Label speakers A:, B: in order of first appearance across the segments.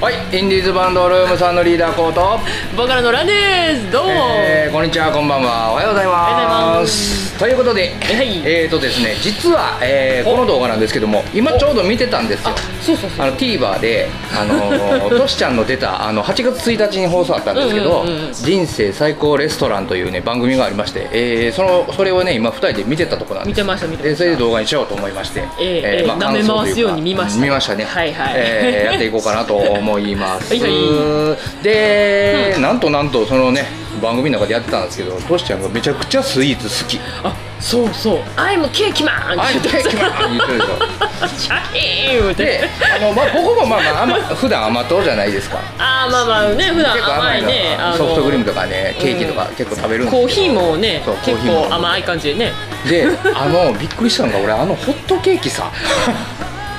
A: はいインディーズバンドルームさんのリーダーコート
B: ボーカルのランですどうも、
A: えーこんにちはこんばんはおはようございますということで、
B: はい
A: えーとですね実は、えーこの動画なんですけども今ちょうど見てたんですよ
B: あそうそうそう
A: あの TVer で、あ のートシちゃんの出たあの8月1日に放送あったんですけど「
B: うんうんうんうん
A: 人生最高レストラン」という、ね、番組がありまして、えーそのそれをね今2人で見てたところなん
B: 見
A: です
B: てました見て
A: で
B: ま
A: それで
B: し
A: 動画にしようと思いまして、
B: ええええ
A: 感想と
B: 舐め
A: い
B: 回すように見ました
A: 見ましたね、
B: はいはい
A: ええやっていこうかなと思います
B: はい は
A: で、なんとなんとそのね番組の中でやってたんですけどトシちゃんがめちゃくちゃスイーツ好き
B: たあそうそう「アイムケーキマン!」
A: あ
B: っ
A: い
B: て
A: ケー
B: 言って
A: キマン言ってるでしょ
B: たシャキーンっ て
A: であの、まあ、僕もまあまああんま普段甘党じゃないですか
B: あーまあまあね普
A: 結
B: 段
A: 構
B: 甘
A: 甘い
B: い
A: の、
B: ねあの
A: ソフトクリームとかねケーキとか結構食べるんですけど、
B: コーヒーもね
A: そう
B: 結
A: コーヒー
B: 構
A: も
B: 甘い感じでね
A: であのびっくりしたのが俺あのホットケーキさ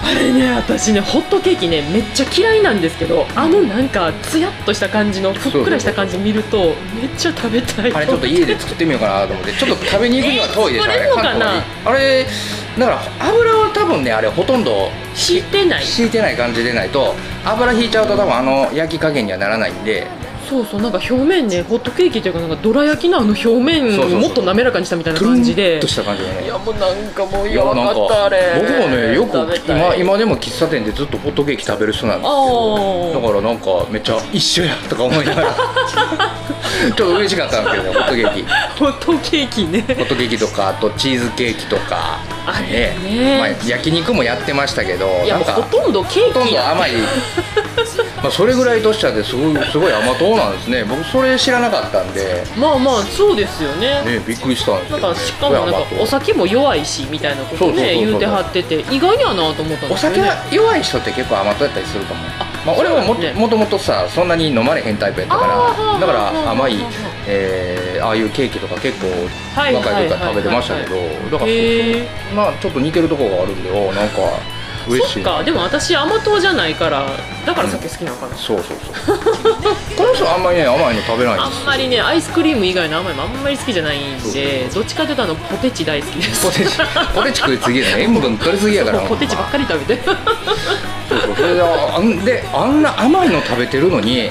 B: あれね私ねホットケーキねめっちゃ嫌いなんですけどあのなんかツヤっとした感じのふっくらした感じ見るとめっちゃ食べたい
A: あれちょっと家で作ってみようかなと思ってちょっと食べに行くには遠いでしょ、
B: え
A: あれ
B: 作れんのか
A: 関
B: な
A: 東にあれだから油は多分ねあれほとんど
B: 知ってない
A: 敷いてない感じでないと油引いちゃうと多分あの焼き加減にはならないんで
B: そうそうなんか表面ねホットケーキというかなんかどら焼きのあの表面
A: そうそうそう
B: をもっと滑らかにしたみたいな
A: トゥル
B: 感じ
A: ン
B: で
A: とした感じで
B: い
A: ね
B: やもうなんかもう
A: い
B: やばかったあれ
A: 僕もねよ
B: 食べ
A: く
B: た
A: 今
B: い
A: 今でも喫茶店でずっとホットケーキ食べる人なんです
B: あ
A: だ
B: あ
A: からなんかめっちゃ一緒やとか思い ながらちょっと嬉しかったんですけどねホットケーキ
B: ホットケーキね
A: ホットケーキとかあとチーズケーキとか
B: あれ
A: ね
B: ね
A: まあ、焼肉もやってましたけど
B: いや
A: なん
B: もう
A: か
B: ほ
A: ほ
B: とんどケー
A: とん
B: キ
A: ど
B: や
A: 甘いまあそれぐらいとしちゃってすごいすごい甘党なんですね僕それ知らなかったんで、
B: まあまあそうですよね
A: ね、びっくりしたんですけ
B: なん
A: ど、
B: か
A: ね、
B: しかもなんか
A: すごい甘
B: お
A: 党
B: 酒も弱いしみたいなこと
A: そうそうそう
B: ね
A: そう
B: 言うてはってて意外やなと思ったん
A: お
B: ですよ
A: 酒
B: ね
A: は弱い人って結構甘党やったりするかも
B: あ
A: まあ、俺はも,、
B: そうですね
A: もともとさそんなに飲まれへんタイプやったか
B: あー
A: ら
B: はあ
A: だか
B: はあはあは
A: ら
B: あ
A: 甘い、えーああいうケーキとか結構
B: は
A: 若
B: い
A: い時から食べてましたけど
B: は
A: だから
B: へえ
A: そまあちょっと似てるところがあるんでおーなんか嬉し
B: そ
A: い
B: っかでも私甘党じゃないからだから酒好きなのかな
A: そうそうそう この人あんまりね甘いの食べない
B: あ
A: んです
B: んまりねアイスクリーム以外の甘いもあんまり好きじゃないんでどっちかというとあのポテチ大好きです
A: ポテチポテチ食いすぎやね塩分取りすぎやから
B: ポテチばっかり食べて
A: そうそうそれであんであんな甘いの食べてるのに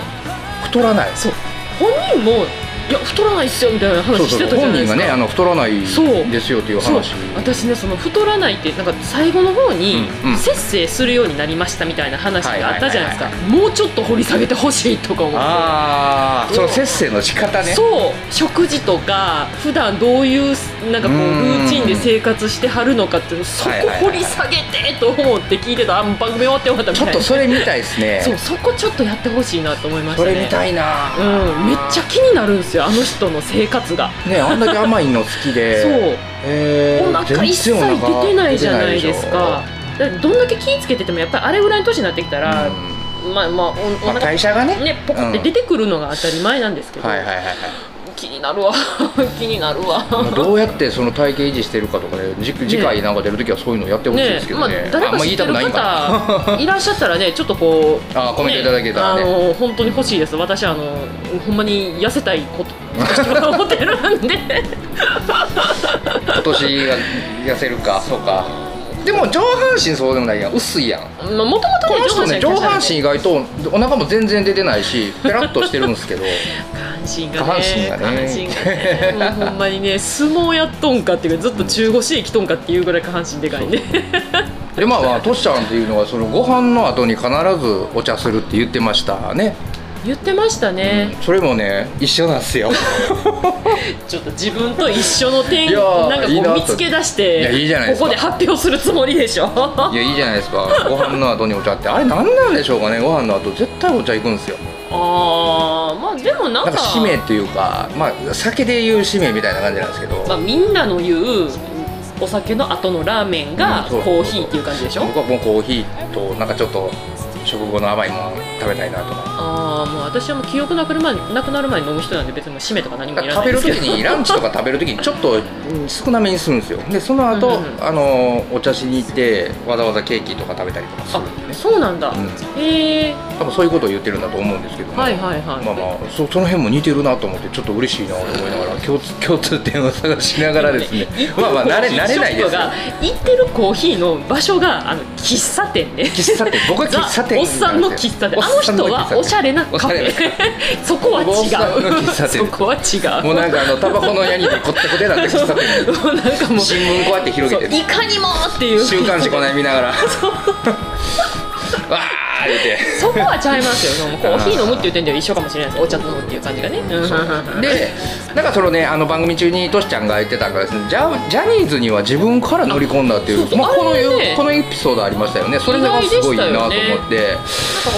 A: 太らない
B: そう本人もいや太らないっすよみたいな
A: そう
B: 話
A: そ
B: し
A: うそ
B: て
A: う
B: たじゃ
A: 本
B: ないで
A: 人
B: す
A: が
B: か
A: ねあの太らない
B: そう
A: ですよっていう
B: そう
A: 話
B: 私ねその太らないってなんか最後の方に
A: うんうん
B: 節制するようになりましたみたいな話があったじゃないです
A: はい
B: かもうちょっと掘り下げてほしいとか思って。
A: ああその節制の仕方ね
B: そう食事とか普段どういうなんかこう
A: う
B: ル
A: ーん
B: ーチンで生活してはるのかっていうそこ
A: はいはいはい
B: 掘り下げてと思って聞いてたあもう番組終わって終わったみ
A: ちょ
B: た
A: っ
B: いな
A: とそれみたいですね
B: そうそこちょっとやってほしいなと思いました
A: そ
B: ね
A: れみたいな
B: うん、めっちゃ気になるんですよあの人の生活が、
A: ねあんだけ甘いの好きで
B: そう
A: えー
B: お腹一切
A: 全然お腹
B: 出てないじゃないですか
A: 出てないでし
B: だからどんだけ気ぃつけててもやっぱりあれぐらいの年になってきたら、
A: ょうん
B: まあまあ
A: ま
B: おお
A: あ
B: 腹
A: 代謝がね
B: ねポコって出てくるのが当たり前なんですけど、
A: はいはいはいはい
B: 気になるわ 気になるわ
A: まあどうやってその体型維持してるかとかねじ次回なんか出るときはそういうのやってほしい
B: ね
A: ですけ
B: ま
A: ど
B: あ
A: ね、
B: 誰
A: あん
B: か
A: ま言
B: 知っ
A: いた
B: て
A: く
B: る
A: ないんか
B: 方いらっしゃったらねちょっとこう
A: あーコメントいただけたらね
B: あの本当に欲しいです私あのほんまに痩せたいこと 思ってるんで
A: な 今年が痩せるかそうかでも上半身そうでもないやん薄いやん
B: まあもともと
A: この人
B: ね
A: ね上半身意外とお腹も全然出てないしペラッとしてるんですけど
B: 下
A: 下
B: 半
A: 半
B: 身
A: 身
B: が
A: が
B: ね
A: ね
B: 下半 身がねもうほんまにね相撲やっとんかっていうかずっと中腰生きとんかっていうぐらい下半身でかいね
A: でまあまあトシちゃんっていうのはそのご飯の後に必ずお茶するって言ってましたね、
B: 言ってましたね、
A: それもね一緒なんですよ
B: ちょっと自分と一緒の点
A: いやー
B: なんか
A: いい
B: こ
A: な
B: う見つけ出して
A: いやいいじゃないですか
B: ここで発表するつもりでしょ
A: いやいいじゃないですかご飯の後にお茶ってあれ何なんでしょうかねご飯の後絶対お茶行くんですよ
B: あーまあでもなん
A: な
B: か
A: んか使命っていうか、まあ、酒で言う使命みたいな感じなんですけど、
B: まあ、みんなの言うお酒の後のラーメンが
A: うんそう
B: コーヒーっていう感じでしょ、
A: 僕はもうコーヒーとなんかちょっと食後の甘いもの食べたいなとか
B: ああもう私はもう記憶なくなる前になくなる前に飲む人なんで別にもう締めとか何もいら
A: 食
B: ない
A: べ
B: で
A: る
B: す
A: 時
B: けど
A: にランチとか食べる時にちょっとうん少なめにするんですよでその後、
B: うんうんうん
A: あのお茶しに行ってわざわざケーキとか食べたりとかするんで
B: あ
A: ね
B: そうなんだ、
A: う
B: へえ
A: 多分そういうことを言ってるんだと思うんですけども、
B: はいはいはい
A: まあまあそその辺も似てるなと思ってちょっと嬉しいなと思いながら共通共通点を探しながらですねまあまあ慣れ慣れないですよ
B: 行ってるコーヒーの場所があの喫茶店ね
A: 喫茶店僕は 喫茶店
B: ザおっさんの喫茶店
A: お
B: あ
A: っ
B: の
A: さんの喫茶
B: 人は
A: 店
B: おしゃれなカフ
A: お
B: ェ
A: しゃ
B: そこは違
A: 僕おっさんの喫茶
B: う
A: 店
B: そこは違う
A: もうなんかあのタバコのヤニでこってこてなんて喫茶店
B: もうなんかもう
A: に新聞こうやって広げ
B: そう
A: て
B: いかにもっていう
A: 週刊誌こない見ながらわー言うて。
B: そこはちゃいます よでもコーヒー飲むっていう点では一緒かもしれないですお茶飲むっていう感じがねうん
A: でなんかそのねあの番組中にトシちゃんが言ってたからですねジャジャニーズには自分から乗り込んだっていう
B: そうそう
A: まあ、この
B: あれね
A: よこのエピソードありましたよねそれが
B: 意外
A: す
B: で
A: ご
B: し
A: いな
B: たよ
A: と
B: ね
A: 思って
B: なんか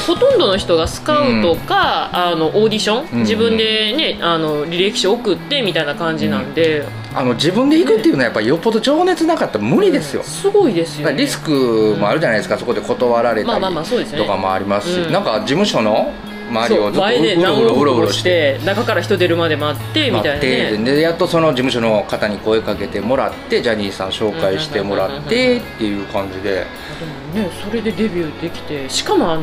B: ほとんどの人がスカウトか、あのオーディション、
A: うん
B: 自分でねあの履歴書送ってみたいな感じなんで、
A: あの自分で行くっていうのはやっぱりよっぽど情熱なかったら無理ですよ、
B: すごいですよ、ね、
A: リスクもあるじゃないですかそこで断られ
B: ま
A: た
B: あ
A: り
B: まあまあそうですね
A: とかもありますし、
B: うん
A: なんか事務所の周り
B: そ
A: を
B: う
A: ずっと
B: 前で
A: うろうろうろ
B: うろ
A: う
B: う
A: ろ
B: ろ
A: し。
B: してて中から人出るまで待ってみたいな
A: 待って
B: ね
A: でやっとその事務所の方に声かけてもらってジャニーさん紹介してもらってっていう感じで
B: でもねそれでデビューできてしかもあの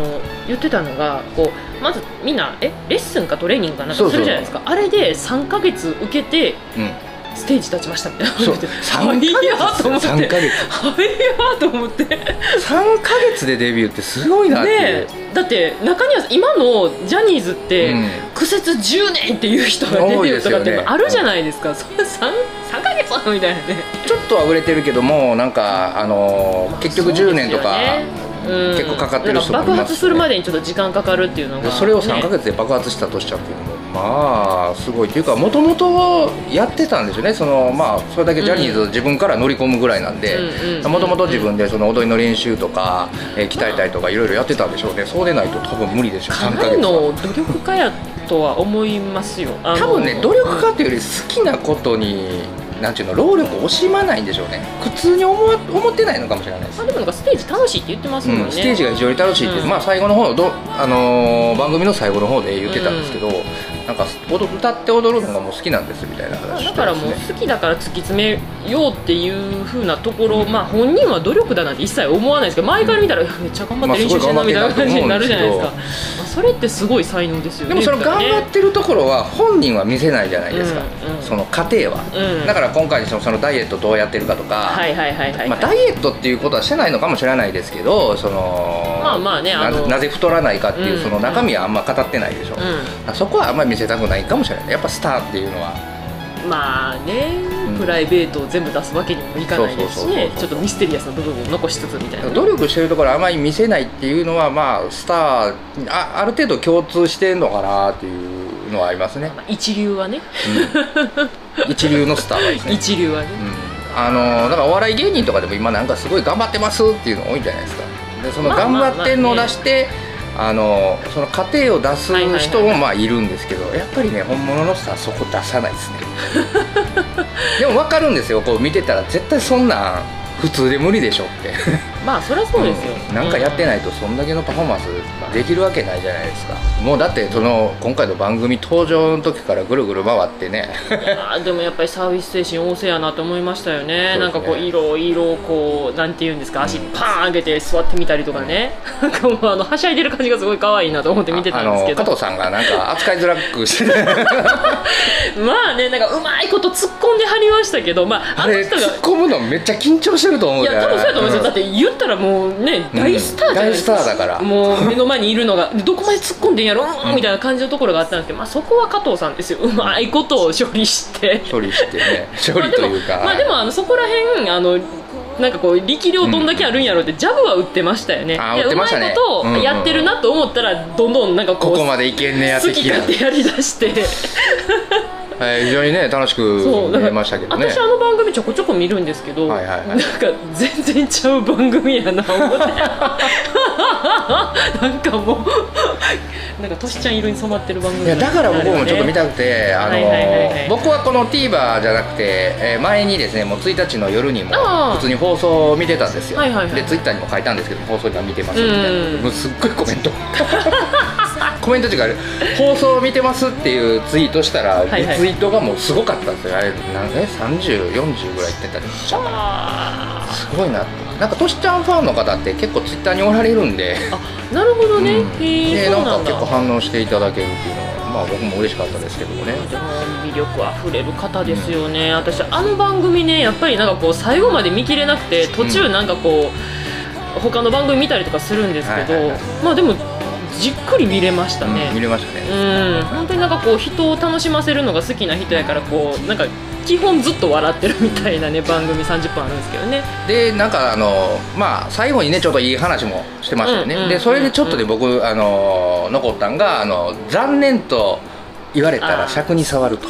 B: 言ってたのがこうまずみんなえレッスンかトレーニングかなん
A: そうそう
B: かするじゃないですかあれで3か月受けて
A: うん
B: ステージ立ちましたみたいな
A: そう
B: 早いやと思っ
A: 3
B: て
A: ヶ月
B: 早いやと思って
A: 3ヶ月でデビューってすごいなっていう
B: ね、えだって中には今のジャニーズって、
A: うん
B: 苦節10年っていう人が出
A: 多
B: て
A: いで
B: る
A: す
B: と
A: よ
B: か
A: ね
B: ってあるじゃないですか、そんな 3, 3ヶ月みたいなね
A: ちょっとは売れてるけどもなんかあのー結局10年とか
B: そうですよね
A: 結構かかってる人もいますね
B: なんか爆発するまでにちょっと時間かかるっていうのが、
A: それを3ヶ
B: ね
A: 月で爆発したとしちゃうっていうのもまあすごいっていうかもともとやってたんですよねそのまあそれだけジャニーズを自分から乗り込むぐらいなんで
B: うんうん
A: もともと自分でその踊りの練習とか、えー鍛えたりとかいろいろやってたんでしょうねそうでないと多分無理でしょう
B: か
A: 3
B: な
A: ヶ
B: り
A: 月
B: の努力家やとは思いますよあの
A: 多分ね努力家というより好きなことになんていうの労力を惜しまないんでしょうね普通に思わ思ってないのかもしれないです
B: まあ、でもなんかステージ楽しいって言ってますもんね、
A: うん、ステージが非常に楽しいって、
B: うん
A: まあ最後の方ど、あのー番組の最後の方で言ってたんですけど、なんか踊歌って踊るのがもう好きなんですみたいな
B: まあ
A: 話
B: だ
A: して
B: からもう好きだから突き詰めようっていう風なところ、まあ本人は努力だなんて一切思わないですけど前から見たらいやめっちゃ頑張って練習してんなみたいな感じになるじゃないですか、
A: まあすごい頑張ってんなと思うん
B: まあそれってすごい才能ですよ
A: で
B: ね
A: もその頑張
B: や
A: っ
B: ぱ
A: てるところは本人は見せないじゃないですか、
B: うんうん
A: その過程は、
B: りねうん
A: だから今回のそのそのダイエットどうやってるかとか、
B: はいはいはいはい、
A: まあ、ダイエットっていうことはしてないのかもしれないですけどその
B: まあまあねあ
A: な
B: の
A: なぜ太らないかっていううんその中身はあんま語ってないでしょ、そこはあんまり見せたくないかもしれないやっぱスターっていうのは
B: うん、まあね、
A: うん
B: プライベートを全部出すわけにもいかないです
A: そうそうそ
B: しね
A: うそう
B: ちょっとミステリアスな部分を残しつつみたいな
A: 努力してるところあまり見せないっていうのはまあスターあある程度共通してんのかなっていうのはありますね、
B: まあ一流はね
A: うん一流のスターはですね、
B: 一流はね
A: うん、あのだからお笑い芸人とかでも今なんかすごい頑張ってますっていうの多いんじゃないですかでその
B: まあ
A: 頑
B: まあ
A: 張ってんのを出して、あのその過程を出す人もまあいるんですけど、やっぱりね本物のスターはそこ出さないです ねでも分かるんですよこう見てたら絶対そんなん普通で無理でしょって
B: まあそりゃそうですよ、
A: んなんかやって
B: い、
A: ないとそんだけのパフォーマンスできるわけないじゃないですかもうだってその今回の番組登場の時からぐるぐる回ってね
B: あーでもやっぱりサービス精神旺盛やなと思いましたよ
A: そ
B: ね
A: うですね
B: なんかこういろいろこうなんて言うんですか足パーン上げて座ってみたりとかね、なんかもうあのはしゃいでる感じがすごい可愛いなと思って見てたんで
A: あ
B: すけ
A: あの加
B: ど
A: 藤さんがなんか扱いづらくして
B: まあねなんかうまいこと突っ込んではりましたけどまあ
A: あ
B: あの
A: れ
B: 人
A: 突
B: が
A: っ込むのめっちゃ緊張してると思
B: いう
A: で
B: や多分そうやと思いますよ、だっ
A: う
B: て言ったらもうね
A: うん
B: 大スターじゃないですか、
A: 大スターだから
B: もう目の前にいるのがどこまで突っ込んでんやろ、うんみたいな感じのところがあったんですけど、まあ、そこは加藤さんですようまいことを処理して
A: ん処理してね処理というか、
B: まあでも,、まあ、でもあのそこら辺あのなんかこう力量どんだけあるんやろうって、ジャブは打ってましたよね
A: あー
B: で
A: 打ってましたね
B: うまいことをやってるなと思ったら、どんどんなんかこう
A: ここまでいけんねやっ
B: 好
A: て
B: き
A: きや、
B: 勝手やりだして
A: はい、非常にね楽し
B: そ
A: く
B: う
A: 見
B: だか
A: え
B: ら
A: ましたけどね
B: 私あの番組ちょこちょこ見るんですけど、
A: はいはいはい
B: なんか全然ちゃう番組やな思って なんかもうなんかトシちゃん色に染まってる番組
A: いやだから僕もちょっと見
B: た
A: たくて、あの
B: はいはいはいはい
A: 僕はこの TVer じゃなくて、えー前にですねもう1日の夜にも
B: あー
A: 普通に放送を見てたんですよ、
B: はいはいはい
A: で Twitter にも書いたんですけど放送には見てますみたいな
B: うん
A: もうすっごいコメント コメントっていうか放送を見てますっていうツイートしたら、
B: はいはい
A: リツイートがもうすごかったんですよあれ何え3040ぐらいいってたりしちゃうすごいなってなんかトシちゃんファンの方って結構ツイッターにおられるんで
B: あなるほどね、
A: うん
B: へ
A: で
B: え
A: なん
B: そう
A: か
B: なんだ
A: 結構反応していただけるっていうのはまあ僕も嬉しかったですけどもね
B: でも魅力あふれる方ですよね、私あの番組ねやっぱりなんかこう最後まで見切れなくて途中なんかこう、他の番組見たりとかするんですけど、
A: はいはいはい
B: まあでもじっくり見れました
A: うん見
B: ね
A: れました
B: うん
A: ね、
B: 本当になんかこう人を楽しませるのが好きな人やからこうなんか基本ずっと笑ってるみたいなね番組30分あるんですけどね
A: でなんかあのまあ最後にねちょっといい話もしてましたよね、
B: うんうんうん
A: でそれでちょっとで僕あの残ったんがあの残念と言われた
B: あ
A: ら
B: ー
A: 尺に触ると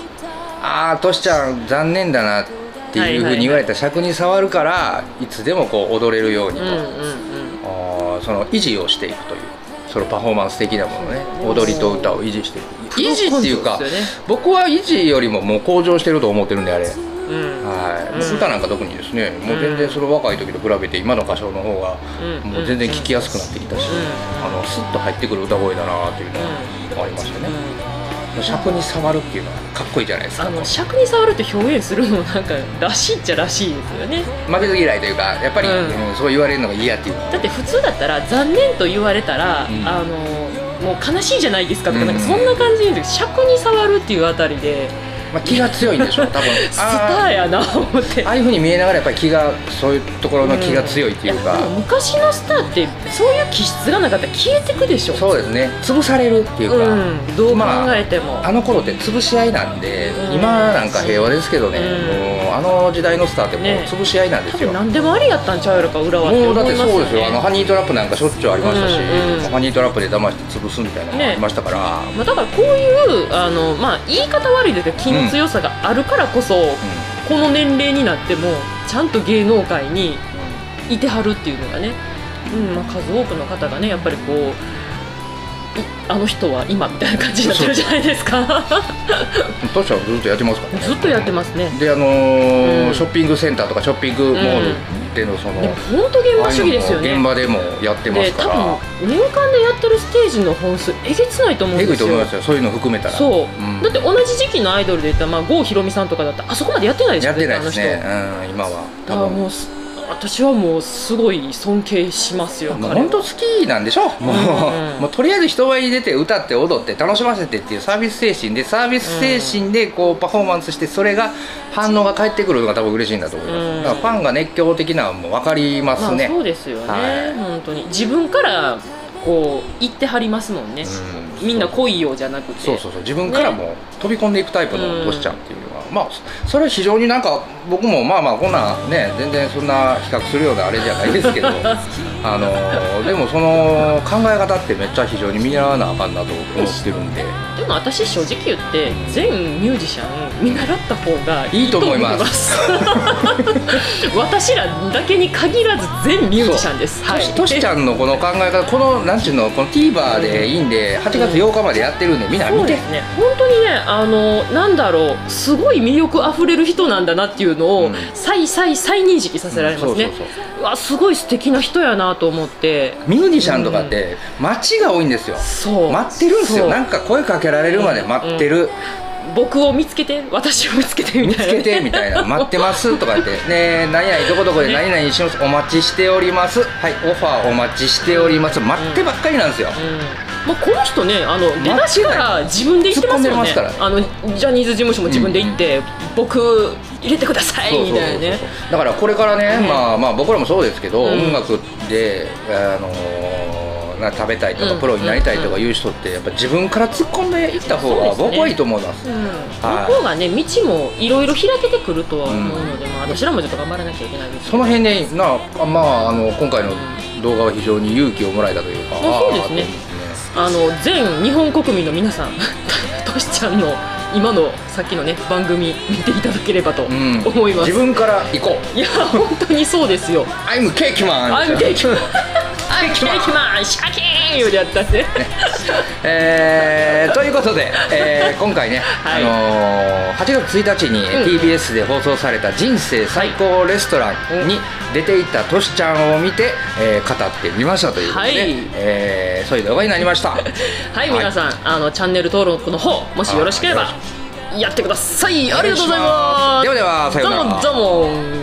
A: ああトシちゃん残念だなっていうふうに言われたら尺に触るからいつでもこう踊れるように
B: う
A: と、
B: んうん
A: あーその維持をしていくというそのパフォーマンス的なものね踊りと歌を維持していく維持っていうか
B: プロ根性です
A: 僕は維持よりももう向上してると思ってるんであれ、はい
B: よねうんうん
A: 歌なんか特にですねもう全然その若い時と比べて今の歌唱の方が
B: うん
A: もう全然聴きやすくなってきたし、
B: うん
A: あのスッと入ってくる歌声だなっていうのはありましたね、
B: うん
A: 尺に触るっていうのはかっこいいじゃないですか
B: あの尺に触るって表現するのもなんからしいっちゃらしいですよね
A: 負けず嫌いというかやっぱり、
B: うん
A: うんそう言われるのが嫌っていう
B: だって普通だったら残念と言われたら、
A: うん
B: あのもう悲しいじゃないですかとか,、
A: うん
B: なんかそんな感じで尺に触るっていうあたりで
A: まあ、気が強いんでしょう多 分
B: スターやな思って
A: ああいうふうに見えながらやっぱり気がそういうところの気が強いっていうか、
B: やでも昔のスターってそういう気質がなかったら消えてくでしょ
A: そうですね潰されるっていうか、
B: うん、どう考えても、
A: あの頃って潰し合いなんで、
B: うん
A: 今なんか平和ですけどね、
B: うん
A: もうあの時代のスターってもう
B: ね
A: 潰し合いなんで
B: 多
A: すよ、
B: 分何でもありやったんちゃうやろか裏はって
A: もうだっ
B: 思
A: て
B: いま
A: そ
B: す
A: う
B: よね
A: ですよあのハニートラップなんかしょっちゅうありましたし、
B: うんうん
A: ハニートラップで騙して潰すみたいなのもありましたから、
B: まあ、だからこういうあの、まあ、言い方悪いですけど気の強さがあるからこそ、この年齢になってもちゃんと芸能界にいてはるっていうのがね、うんまあ、数多くの方がねやっぱりこういあの人は今みたいな感じになってるじゃないですか
A: うんトシちゃんはずっとやってますからね
B: ずっとやってますね
A: であのー
B: うん
A: ショッピングセンターとかショッピングモールでのその、
B: でも本当現場主義ですよ
A: ああい
B: ね
A: うのも現場でもやってま
B: です
A: か
B: 多
A: ら
B: 分年間でやってるステージの本数えげつないと思うん
A: えぐ
B: で
A: い
B: す
A: と
B: よ
A: 思いますよそういうの含めたら
B: そう、
A: ん
B: だって同じ時期のアイドルで言ったら、まあ、郷ひろみさんとかだったらあそこまでやってないでしょ
A: やってないで
B: 絶
A: す
B: 対あの人
A: ね、うん、今は
B: だから
A: 多
B: も
A: 分
B: うす私はもうすごい尊敬しますよ
A: もう
B: 彼
A: 本当好きなんでしょもう,、
B: うんうん
A: もうとりあえず人前に出て歌って踊って楽しませてっていうサービス精神でサービス精神でこうパフォーマンスしてそれが反応が返ってくるのが多分嬉しいんだと思います、
B: うん
A: だからファンが熱狂的なのも分かります
B: まあ、
A: ね、
B: そうですよね、
A: はい
B: 本当に自分からこう言ってはりますもんね、
A: うん
B: みんな来いよじゃなくて
A: そうそうそう自分からもう飛び込んでいくタイプのトシちゃんっていうのは、まあそそれは非常になんか僕もまあまあこんなんね全然そんな比較するようなあれじゃないですけどあのでもその考え方ってめっちゃ非常に見習わなあかんなと思ってるんで
B: でも私正直言って全ミュージシャン見習った方がい
A: い
B: い
A: い
B: と
A: と思
B: 思い
A: い
B: ま
A: ます
B: 私らだけに限らず全ミュージシャンですはい
A: トシちゃんのこの考え方このなんちゅうのこの TVer でいいんで8月8日までやってるんでみんな
B: そう
A: 見
B: で
A: て
B: すね本当にねあのなんだろうすごい魅力あふれる人なんだなっていうのを、
A: うん
B: 再再再認識させられますね、
A: うんそうそうそう
B: うわすごい素敵な人やなと思って
A: ミュージシャンとかって街が多いんですよ
B: そう
A: 待ってるんです
B: そ
A: よ
B: う
A: なんか声かけられるまで待ってる、
B: 僕を見つけて私を見つけてみ
A: 見
B: た
A: つ
B: いな、
A: けてみたい な「待ってます」とか言って「ね何々どこどこで何々しますお待ちしております」「はいオファーお待ちしております」待ってばっかりなんですよ、
B: うんまあ、この人ねあの出だしから自分で言ってますよね
A: 突っ込んでます
B: あのジャニーズ事務所も自分で言って、僕入れてください
A: そう
B: み
A: そうそう
B: た
A: そ
B: いうなね
A: だからこれからね、
B: うん
A: まあまあ僕らもそうですけど、
B: うん
A: 音楽であのーな食べたいとか
B: うん
A: プロになりたいとかいう人ってやっぱ自分から突っ込んでいった方
B: そう
A: が
B: ですね
A: 僕はいいと思います、
B: うん
A: はい
B: 向こうがね道もいろいろ開けてくるとは思うので、まあ私らもちょっと頑張らなきゃいけないです
A: その辺で、なあまああの今回の動画は非常に勇気をもらえたというか、
B: まあそうで
A: あーと思っ
B: すね
A: てね
B: あの全日本国民の皆さん としちゃんの今のさっきのね番組見ていただければと
A: うん
B: 思います、
A: 自分から行こう
B: いや本当にそうですよ
A: I'm cake man
B: アンケーキ マンアンケーキマンシャキーンよりやったね
A: え ーということで、えー今回ね、
B: はい
A: あのー8月1日に
B: うん
A: TBS で放送された「人生最高レストラン」に出ていたトシちゃんを見て、えー語ってみましたということで、
B: はい
A: えーそういう動画になりました
B: はい皆さん、あのチャンネル登録の方もしよろしければやってくださいありがとうございます
A: ではではさようなら
B: どうもどうも